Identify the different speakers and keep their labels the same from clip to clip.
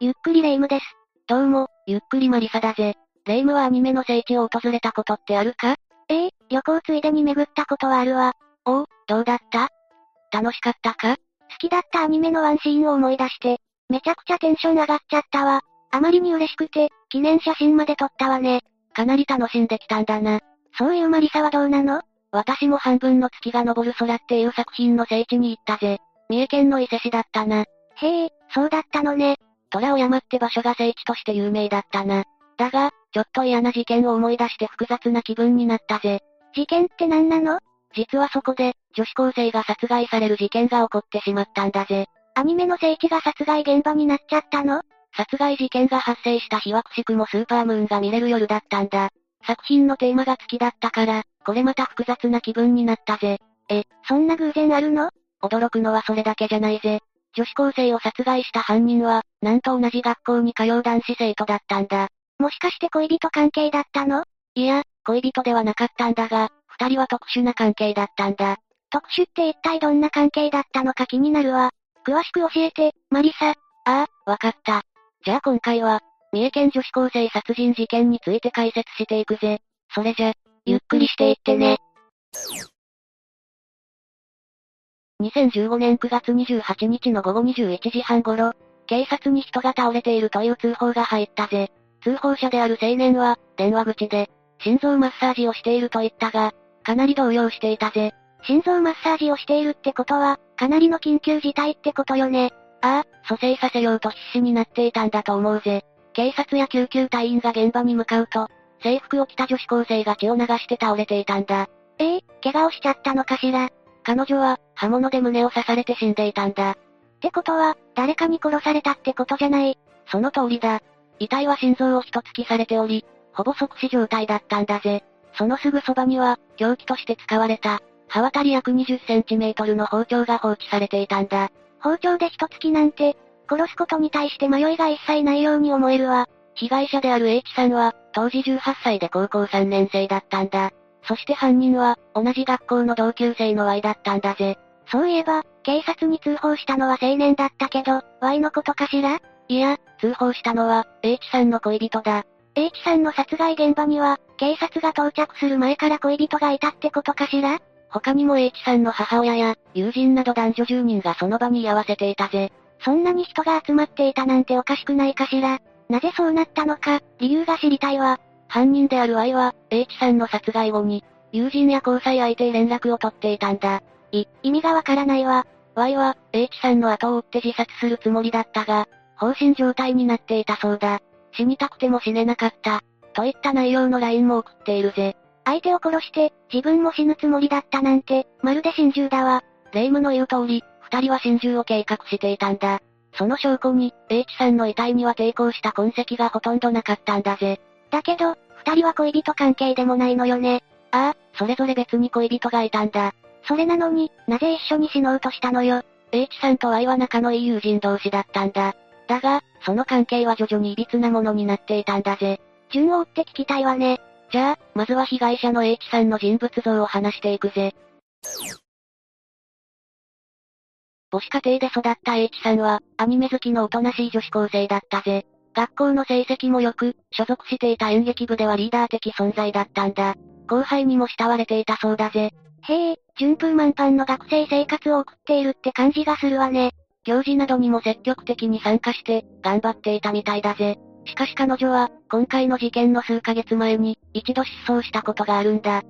Speaker 1: ゆっくりレ夢ムです。
Speaker 2: どうも、ゆっくりマリサだぜ。レイムはアニメの聖地を訪れたことってあるか
Speaker 1: ええ旅行ついでに巡ったことはあるわ。
Speaker 2: おお、どうだった楽しかったか
Speaker 1: 好きだったアニメのワンシーンを思い出して、めちゃくちゃテンション上がっちゃったわ。あまりに嬉しくて、記念写真まで撮ったわね。
Speaker 2: かなり楽しんできたんだな。
Speaker 1: そういうマリサはどうなの
Speaker 2: 私も半分の月が昇る空っていう作品の聖地に行ったぜ。三重県の伊勢市だったな。
Speaker 1: へえ、そうだったのね。
Speaker 2: 虎尾山って場所が聖地として有名だったな。だが、ちょっと嫌な事件を思い出して複雑な気分になったぜ。
Speaker 1: 事件って何なの
Speaker 2: 実はそこで、女子高生が殺害される事件が起こってしまったんだぜ。
Speaker 1: アニメの聖地が殺害現場になっちゃったの
Speaker 2: 殺害事件が発生した日はくしくもスーパームーンが見れる夜だったんだ。作品のテーマが月だったから、これまた複雑な気分になったぜ。
Speaker 1: そんな偶然あるの
Speaker 2: 驚くのはそれだけじゃないぜ。女子高生を殺害した犯人は、なんと同じ学校に通う男子生徒だったんだ。
Speaker 1: もしかして恋人関係だったの
Speaker 2: いや、恋人ではなかったんだが、二人は特殊な関係だったんだ。
Speaker 1: 特殊って一体どんな関係だったのか気になるわ。詳しく教えて、マリサ。
Speaker 2: ああ、わかった。じゃあ今回は、三重県女子高生殺人事件について解説していくぜ。それじゃ、ゆっくりしていってね。2015年9月28日の午後21時半頃、警察に人が倒れているという通報が入ったぜ。通報者である青年は、電話口で、心臓マッサージをしていると言ったが、かなり動揺していたぜ。
Speaker 1: 心臓マッサージをしているってことは、かなりの緊急事態ってことよね。
Speaker 2: ああ、蘇生させようと必死になっていたんだと思うぜ。警察や救急隊員が現場に向かうと、制服を着た女子高生が血を流して倒れていたんだ。
Speaker 1: ええ怪我をしちゃったのかしら。っ
Speaker 2: 彼女は、刃物で胸を刺されて死んでいたんだ。
Speaker 1: てことは、誰かに殺されたってことじゃない。
Speaker 2: その通りだ。遺体は心臓を一突きされており、ほぼ即死状態だったんだぜ。そのすぐそばには、凶器として使われた、刃渡り約20センチメートルの包丁が放置されていたんだ。
Speaker 1: 包丁で一突きなんて、殺すことに対して迷いが一切ないように思えるわ。
Speaker 2: 被害者である H さんは、当時18歳で高校3年生だったんだ。そして犯人は、同じ学校の同級生の Y だったんだぜ。
Speaker 1: そういえば、警察に通報したのは青年だったけど、Y のことかしら
Speaker 2: いや、通報したのは、H さんの恋人だ。
Speaker 1: ?H さんの殺害現場には、警察が到着する前から恋人がいたってことかしら
Speaker 2: 他にも H さんの母親や、友人など男女10人がその場に居合わせていたぜ。
Speaker 1: そんなに人が集まっていたなんておかしくないかしらなぜそうなったのか、理由が知りたいわ。
Speaker 2: 犯人である Y は、H さんの殺害後に、友人や交際相手へ連絡を取っていたんだ。
Speaker 1: い、意味がわからないわ。
Speaker 2: Y は、H さんの後を追って自殺するつもりだったが、放心状態になっていたそうだ。死にたくても死ねなかった。といった内容の LINE も送っているぜ。
Speaker 1: 相手を殺して、自分も死ぬつもりだったなんて、まるで心中だわ。
Speaker 2: 霊夢の言う通り、二人は心中を計画していたんだ。その証拠に、H さんの遺体には抵抗した痕跡がほとんどなかったんだぜ。
Speaker 1: だけど、二人は恋人関係でもないのよね。
Speaker 2: ああ、それぞれ別に恋人がいたんだ。
Speaker 1: それなのに、なぜ一緒に死のうとしたのよ。
Speaker 2: H さんと Y は仲のいい友人同士だったんだ。だが、その関係は徐々に歪なものになっていたんだぜ。
Speaker 1: 順を追って聞きたいわね。
Speaker 2: じゃあ、まずは被害者の H さんの人物像を話していくぜ。母子家庭で育った H さんは、アニメ好きのおとなしい女子高生だったぜ。学校の成績も良く、所属していた演劇部ではリーダー的存在だったんだ。後輩にも慕われていたそうだぜ。
Speaker 1: へえ、順風満帆の学生生活を送っているって感じがするわね。
Speaker 2: 行事などにも積極的に参加して、頑張っていたみたいだぜ。しかし彼女は、今回の事件の数ヶ月前に、一度失踪したことがあるんだ。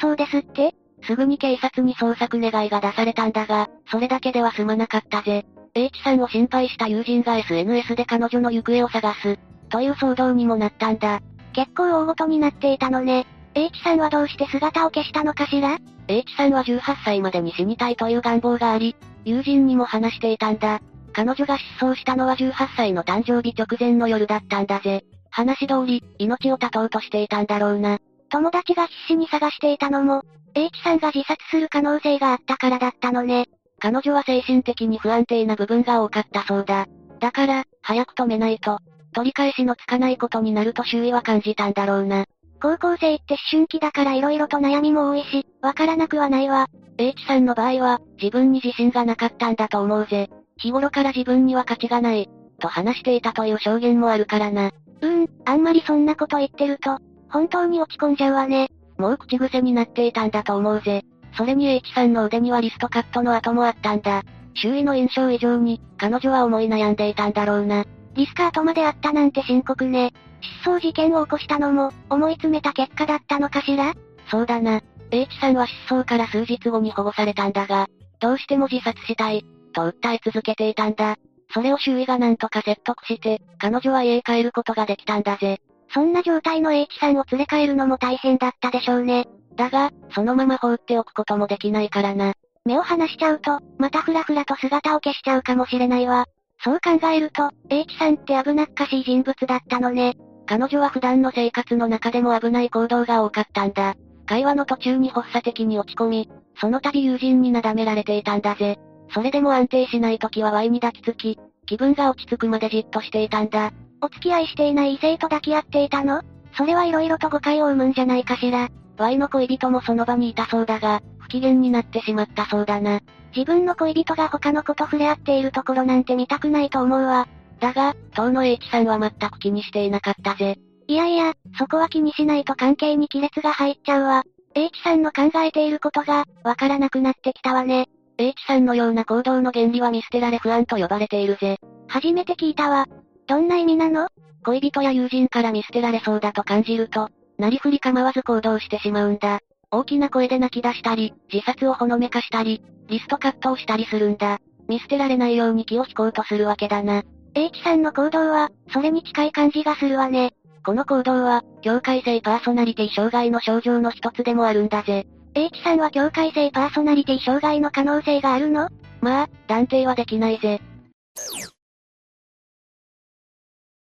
Speaker 1: 失踪ですって
Speaker 2: すぐに警察に捜索願いが出されたんだが、それだけでは済まなかったぜ。H さんを心配した友人が SNS で彼女の行方を探す、という騒動にもなったんだ。
Speaker 1: 結構大ごとになっていたのね。H さんはどうして姿を消したのかしら
Speaker 2: H さんは18歳までに死にたいという願望があり、友人にも話していたんだ。彼女が失踪したのは18歳の誕生日直前の夜だったんだぜ。話通り、命を絶とうとしていたんだろうな。
Speaker 1: 友達が必死に探していたのも、H さんが自殺する可能性があったからだったのね。
Speaker 2: 彼女は精神的に不安定な部分が多かったそうだ。だから、早く止めないと、取り返しのつかないことになると周囲は感じたんだろうな。
Speaker 1: 高校生って思春期だから色々と悩みも多いし、わからなくはないわ。
Speaker 2: H さんの場合は、自分に自信がなかったんだと思うぜ。日頃から自分には価値がない、と話していたという証言もあるからな。
Speaker 1: うーん、あんまりそんなこと言ってると、本当に落ち込んじゃうわね。
Speaker 2: もう口癖になっていたんだと思うぜ。それに H さんの腕にはリストカットの跡もあったんだ。周囲の印象以上に、彼女は思い悩んでいたんだろうな。
Speaker 1: リスカートまであったなんて深刻ね。失踪事件を起こしたのも、思い詰めた結果だったのかしら
Speaker 2: そうだな。H さんは失踪から数日後に保護されたんだが、どうしても自殺したい、と訴え続けていたんだ。それを周囲がなんとか説得して、彼女は家へ帰ることができたんだぜ。
Speaker 1: そんな状態の H さんを連れ帰るのも大変だったでしょうね。
Speaker 2: だが、そのまま放っておくこともできないからな。
Speaker 1: 目を離しちゃうと、またふらふらと姿を消しちゃうかもしれないわ。そう考えると、H さんって危なっかしい人物だったのね。
Speaker 2: 彼女は普段の生活の中でも危ない行動が多かったんだ。会話の途中に発作的に落ち込み、その度友人になだめられていたんだぜ。それでも安定しない時は Y に抱きつき、気分が落ち着くまでじっとしていたんだ。
Speaker 1: お付き合いしていない異性と抱き合っていたのそれは色々と誤解を生むんじゃないかしら。
Speaker 2: Y の恋人もその場にいたそうだが、不機嫌になってしまったそうだな。
Speaker 1: 自分の恋人が他の子と触れ合っているところなんて見たくないと思うわ。
Speaker 2: だが、当の H さんは全く気にしていなかったぜ。
Speaker 1: いやいや、そこは気にしないと関係に亀裂が入っちゃうわ。H さんの考えていることが、わからなくなってきたわね。
Speaker 2: H さんのような行動の原理は見捨てられ不安と呼ばれているぜ。
Speaker 1: 初めて聞いたわ。どんな意味なの
Speaker 2: 恋人や友人から見捨てられそうだと感じると、なりふり構わず行動してしまうんだ。大きな声で泣き出したり、自殺をほのめかしたり、リストカットをしたりするんだ。見捨てられないように気を引こうとするわけだな。
Speaker 1: ?H さんの行動は、それに近い感じがするわね。
Speaker 2: この行動は、境界性パーソナリティ障害の症状の一つでもあるんだぜ。
Speaker 1: H さんは境界性パーソナリティ障害の可能性があるの
Speaker 2: まあ、断定はできないぜ。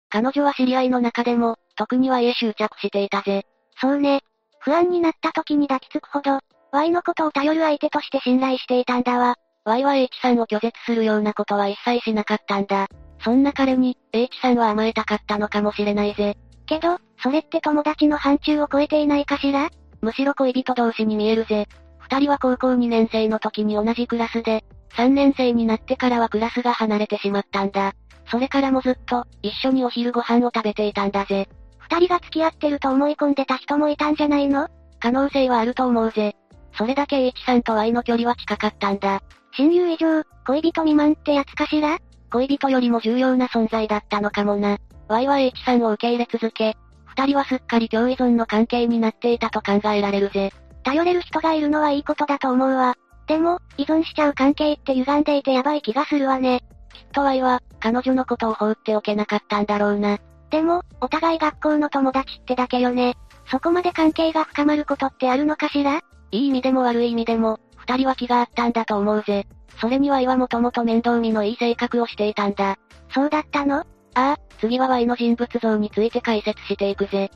Speaker 2: 彼女は知り合いの中でも、特には家執着していたぜ。
Speaker 1: そうね。不安になった時に抱きつくほど、Y のことを頼る相手として信頼していたんだわ。
Speaker 2: Y は H さんを拒絶するようなことは一切しなかったんだ。そんな彼に、H さんは甘えたかったのかもしれないぜ。
Speaker 1: けど、それって友達の範疇を超えていないかしら
Speaker 2: むしろ恋人同士に見えるぜ。二人は高校2年生の時に同じクラスで、3年生になってからはクラスが離れてしまったんだ。それからもずっと、一緒にお昼ご飯を食べていたんだぜ。
Speaker 1: 二人が付き合ってると思い込んでた人もいたんじゃないの
Speaker 2: 可能性はあると思うぜ。それだけ H さんと Y の距離は近かったんだ。
Speaker 1: 親友以上、恋人未満ってやつかしら
Speaker 2: 恋人よりも重要な存在だったのかもな。Y は H さんを受け入れ続け、二人はすっかり共依存の関係になっていたと考えられるぜ。
Speaker 1: 頼れる人がいるのはいいことだと思うわ。でも、依存しちゃう関係って歪んでいてやばい気がするわね。
Speaker 2: きっと Y は、彼女のことを放っておけなかったんだろうな。
Speaker 1: でも、お互い学校の友達ってだけよね。そこまで関係が深まることってあるのかしら
Speaker 2: いい意味でも悪い意味でも、二人は気があったんだと思うぜ。それに Y はもともと面倒見のいい性格をしていたんだ。
Speaker 1: そうだったの
Speaker 2: 次は Y の人物像について解説していくぜ。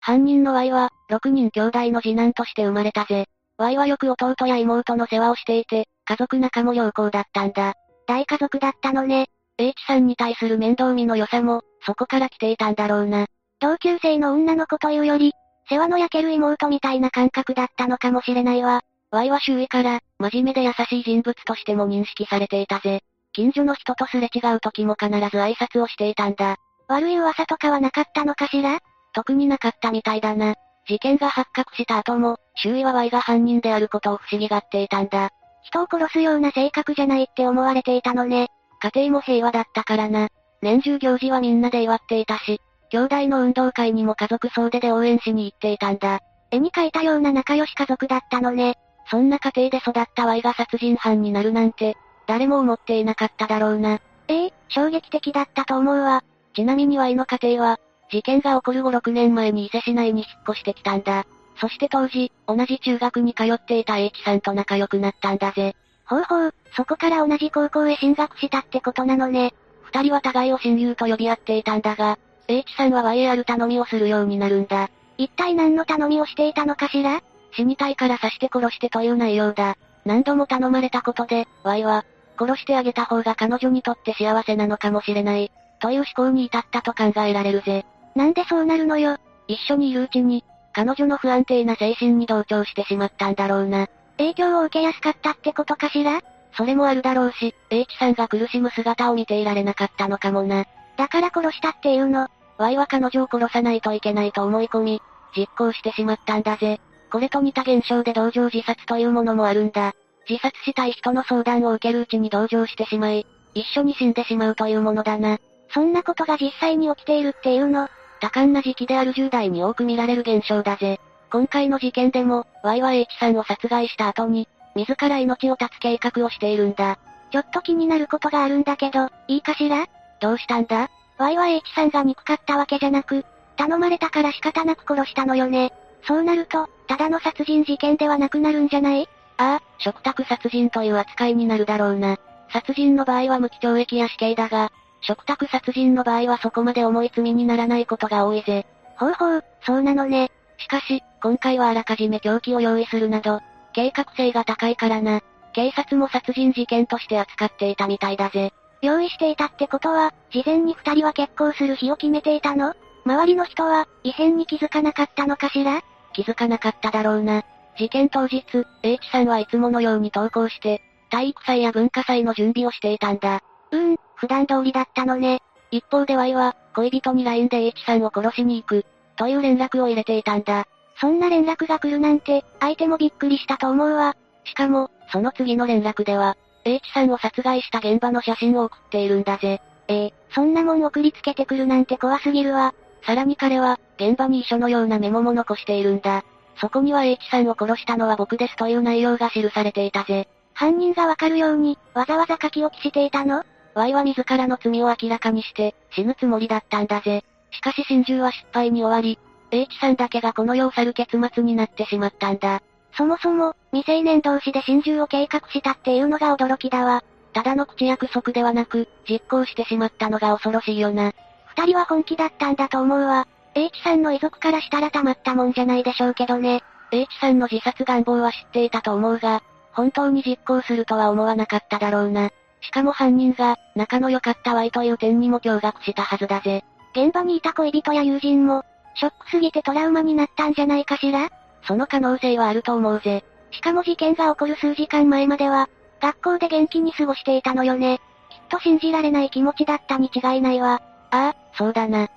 Speaker 2: 犯人の Y は、6人兄弟の次男として生まれたぜ。Y はよく弟や妹の世話をしていて、家族仲も良好だったんだ。
Speaker 1: 大家族だったのね。
Speaker 2: H さんに対する面倒見の良さも、そこから来ていたんだろうな。
Speaker 1: 同級生の女の子というより、世話の焼ける妹みたいな感覚だったのかもしれないわ。
Speaker 2: Y は周囲から、真面目で優しい人物としても認識されていたぜ。近所の人とすれ違う時も必ず挨拶をしていたんだ。
Speaker 1: 悪い噂とかはなかったのかしら
Speaker 2: 特になかったみたいだな。事件が発覚した後も、周囲は Y が犯人であることを不思議がっていたんだ。
Speaker 1: 人を殺すような性格じゃないって思われていたのね。
Speaker 2: 家庭も平和だったからな。年中行事はみんなで祝っていたし、兄弟の運動会にも家族総出で応援しに行っていたんだ。
Speaker 1: 絵に描いたような仲良し家族だったのね。
Speaker 2: そんな家庭で育った Y が殺人犯になるなんて、誰も思っていなかっただろうな。
Speaker 1: ええ衝撃的だったと思うわ。
Speaker 2: ちなみに Y の家庭は、事件が起こる5、6年前に伊勢市内に引っ越してきたんだ。そして当時、同じ中学に通っていた H さんと仲良くなったんだぜ。
Speaker 1: ほうほう、そこから同じ高校へ進学したってことなのね。
Speaker 2: 二人は互いを親友と呼び合っていたんだが、H さんは Y へある頼みをするようになるんだ。
Speaker 1: 一体何の頼みをしていたのかしら
Speaker 2: 死にたいから刺して殺してという内容だ。何度も頼まれたことで、Y は、殺してあげた方が彼女にとって幸せなのかもしれない、という思考に至ったと考えられるぜ。
Speaker 1: なんでそうなるのよ。
Speaker 2: 一緒にいるうちに、彼女の不安定な精神に同調してしまったんだろうな。
Speaker 1: 影響を受けやすかったってことかしら
Speaker 2: それもあるだろうし、H さんが苦しむ姿を見ていられなかったのかもな。
Speaker 1: だから殺したっていうの。
Speaker 2: Y は彼女を殺さないといけないと思い込み、実行してしまったんだぜ。これと似た現象で同情自殺というものもあるんだ。自殺したい人の相談を受けるうちに同情してしまい、一緒に死んでしまうというものだな。
Speaker 1: そんなことが実際に起きているっていうの。
Speaker 2: 多感な時期である10代に多く見られる現象だぜ。今回の事件でも、Y は H さんを殺害した後に、自ら命を絶つ計画をしているんだ。
Speaker 1: ちょっと気になることがあるんだけど、いいかしら
Speaker 2: どうしたんだ
Speaker 1: ?Y は H さんが憎かったわけじゃなく、頼まれたから仕方なく殺したのよね。そうなると、ただの殺人事件ではなくなるんじゃない
Speaker 2: ああ、食卓殺人という扱いになるだろうな。殺人の場合は無期懲役や死刑だが、食卓殺人の場合はそこまで重い罪にならないことが多いぜ。
Speaker 1: ほうほう、そうなのね。
Speaker 2: しかし、今回はあらかじめ凶器を用意するなど、計画性が高いからな。警察も殺人事件として扱っていたみたいだぜ。
Speaker 1: 用意していたってことは、事前に二人は結婚する日を決めていたの周りの人は、異変に気づかなかったのかしら
Speaker 2: 気づかなかっただろうな。事件当日、H さんはいつものように登校して、体育祭や文化祭の準備をしていたんだ。
Speaker 1: うーん、普段通りだったのね。
Speaker 2: 一方で Y は、恋人に LINE で H さんを殺しに行く、という連絡を入れていたんだ。
Speaker 1: そんな連絡が来るなんて、相手もびっくりしたと思うわ。
Speaker 2: しかも、その次の連絡では、H さんを殺害した現場の写真を送っているんだぜ。
Speaker 1: ええ、そんなもん送りつけてくるなんて怖すぎるわ。
Speaker 2: さらに彼は、現場に遺書のようなメモも残しているんだ。そこには H さんを殺したのは僕ですという内容が記されていたぜ。
Speaker 1: 犯人がわかるように、わざわざ書き置きしていたの
Speaker 2: ?Y は自らの罪を明らかにして、死ぬつもりだったんだぜ。しかし心中は失敗に終わり、H さんだけがこの世を去る結末になってしまったんだ。
Speaker 1: そもそも、未成年同士で心中を計画したっていうのが驚きだわ。
Speaker 2: ただの口約束ではなく、実行してしまったのが恐ろしいよな。
Speaker 1: 二人は本気だったんだと思うわ。H さんの遺族からしたらたまったもんじゃないでしょうけどね。
Speaker 2: H さんの自殺願望は知っていたと思うが、本当に実行するとは思わなかっただろうな。しかも犯人が、仲の良かった Y という点にも驚愕したはずだぜ。
Speaker 1: 現場にいた恋人や友人も、ショックすぎてトラウマになったんじゃないかしら
Speaker 2: その可能性はあると思うぜ。
Speaker 1: しかも事件が起こる数時間前までは、学校で元気に過ごしていたのよね。きっと信じられない気持ちだったに違いないわ。
Speaker 2: ああ、そうだな。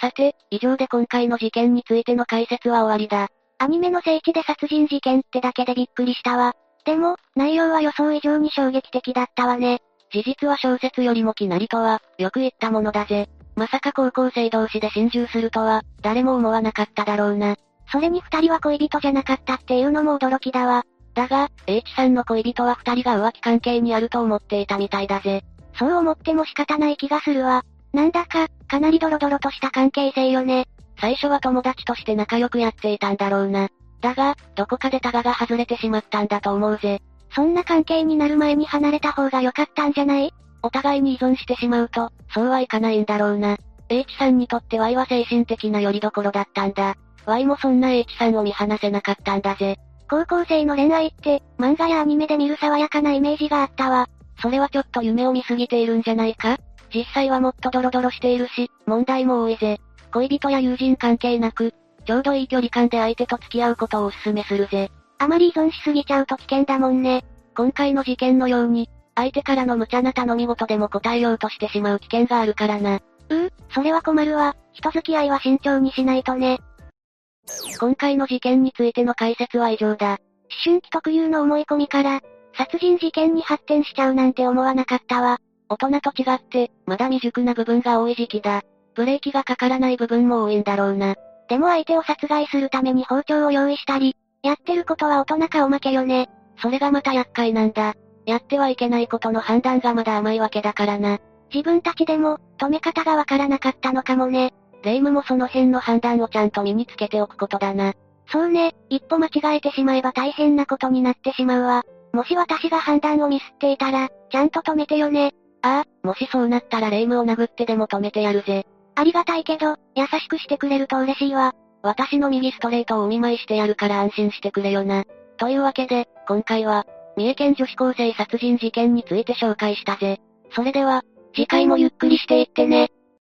Speaker 2: さて、以上で今回の事件についての解説は終わりだ。
Speaker 1: アニメの聖地で殺人事件ってだけでびっくりしたわ。でも、内容は予想以上に衝撃的だったわね。
Speaker 2: 事実は小説よりもきなりとは、よく言ったものだぜ。まさか高校生同士で心中するとは、誰も思わなかっただろうな。
Speaker 1: それに二人は恋人じゃなかったっていうのも驚きだわ。
Speaker 2: だが、H さんの恋人は二人が浮気関係にあると思っていたみたいだぜ。
Speaker 1: そう思っても仕方ない気がするわ。なんだか、かなりドロドロとした関係性よね。
Speaker 2: 最初は友達として仲良くやっていたんだろうな。だが、どこかでタガが外れてしまったんだと思うぜ。
Speaker 1: そんな関係になる前に離れた方が良かったんじゃない
Speaker 2: お互いに依存してしまうと、そうはいかないんだろうな。H さんにとって Y は精神的な拠り所だったんだ。Y もそんな H さんを見放せなかったんだぜ。
Speaker 1: 高校生の恋愛って、漫画やアニメで見る爽やかなイメージがあったわ。
Speaker 2: それはちょっと夢を見すぎているんじゃないか実際はもっとドロドロしているし、問題も多いぜ。恋人や友人関係なく、ちょうどいい距離感で相手と付き合うことをお勧めするぜ。
Speaker 1: あまり依存しすぎちゃうと危険だもんね。
Speaker 2: 今回の事件のように、相手からの無茶な頼み事でも答えようとしてしまう危険があるからな。
Speaker 1: うー、それは困るわ。人付き合いは慎重にしないとね。
Speaker 2: 今回の事件についての解説は以上だ。
Speaker 1: 思春期特有の思い込みから、殺人事件に発展しちゃうなんて思わなかったわ。
Speaker 2: 大人と違って、まだ未熟な部分が多い時期だ。ブレーキがかからない部分も多いんだろうな。
Speaker 1: でも相手を殺害するために包丁を用意したり、やってることは大人かおまけよね。
Speaker 2: それがまた厄介なんだ。やってはいけないことの判断がまだ甘いわけだからな。
Speaker 1: 自分たちでも、止め方がわからなかったのかもね。
Speaker 2: 霊夢もその辺の判断をちゃんと身につけておくことだな。
Speaker 1: そうね、一歩間違えてしまえば大変なことになってしまうわ。もし私が判断をミスっていたら、ちゃんと止めてよね。
Speaker 2: ああ、もしそうなったら霊夢を殴ってでも止めてやるぜ。
Speaker 1: ありがたいけど、優しくしてくれると嬉しいわ。
Speaker 2: 私の右ストレートをお見舞いしてやるから安心してくれよな。というわけで、今回は、三重県女子高生殺人事件について紹介したぜ。それでは、
Speaker 1: 次回もゆっくりしていってね。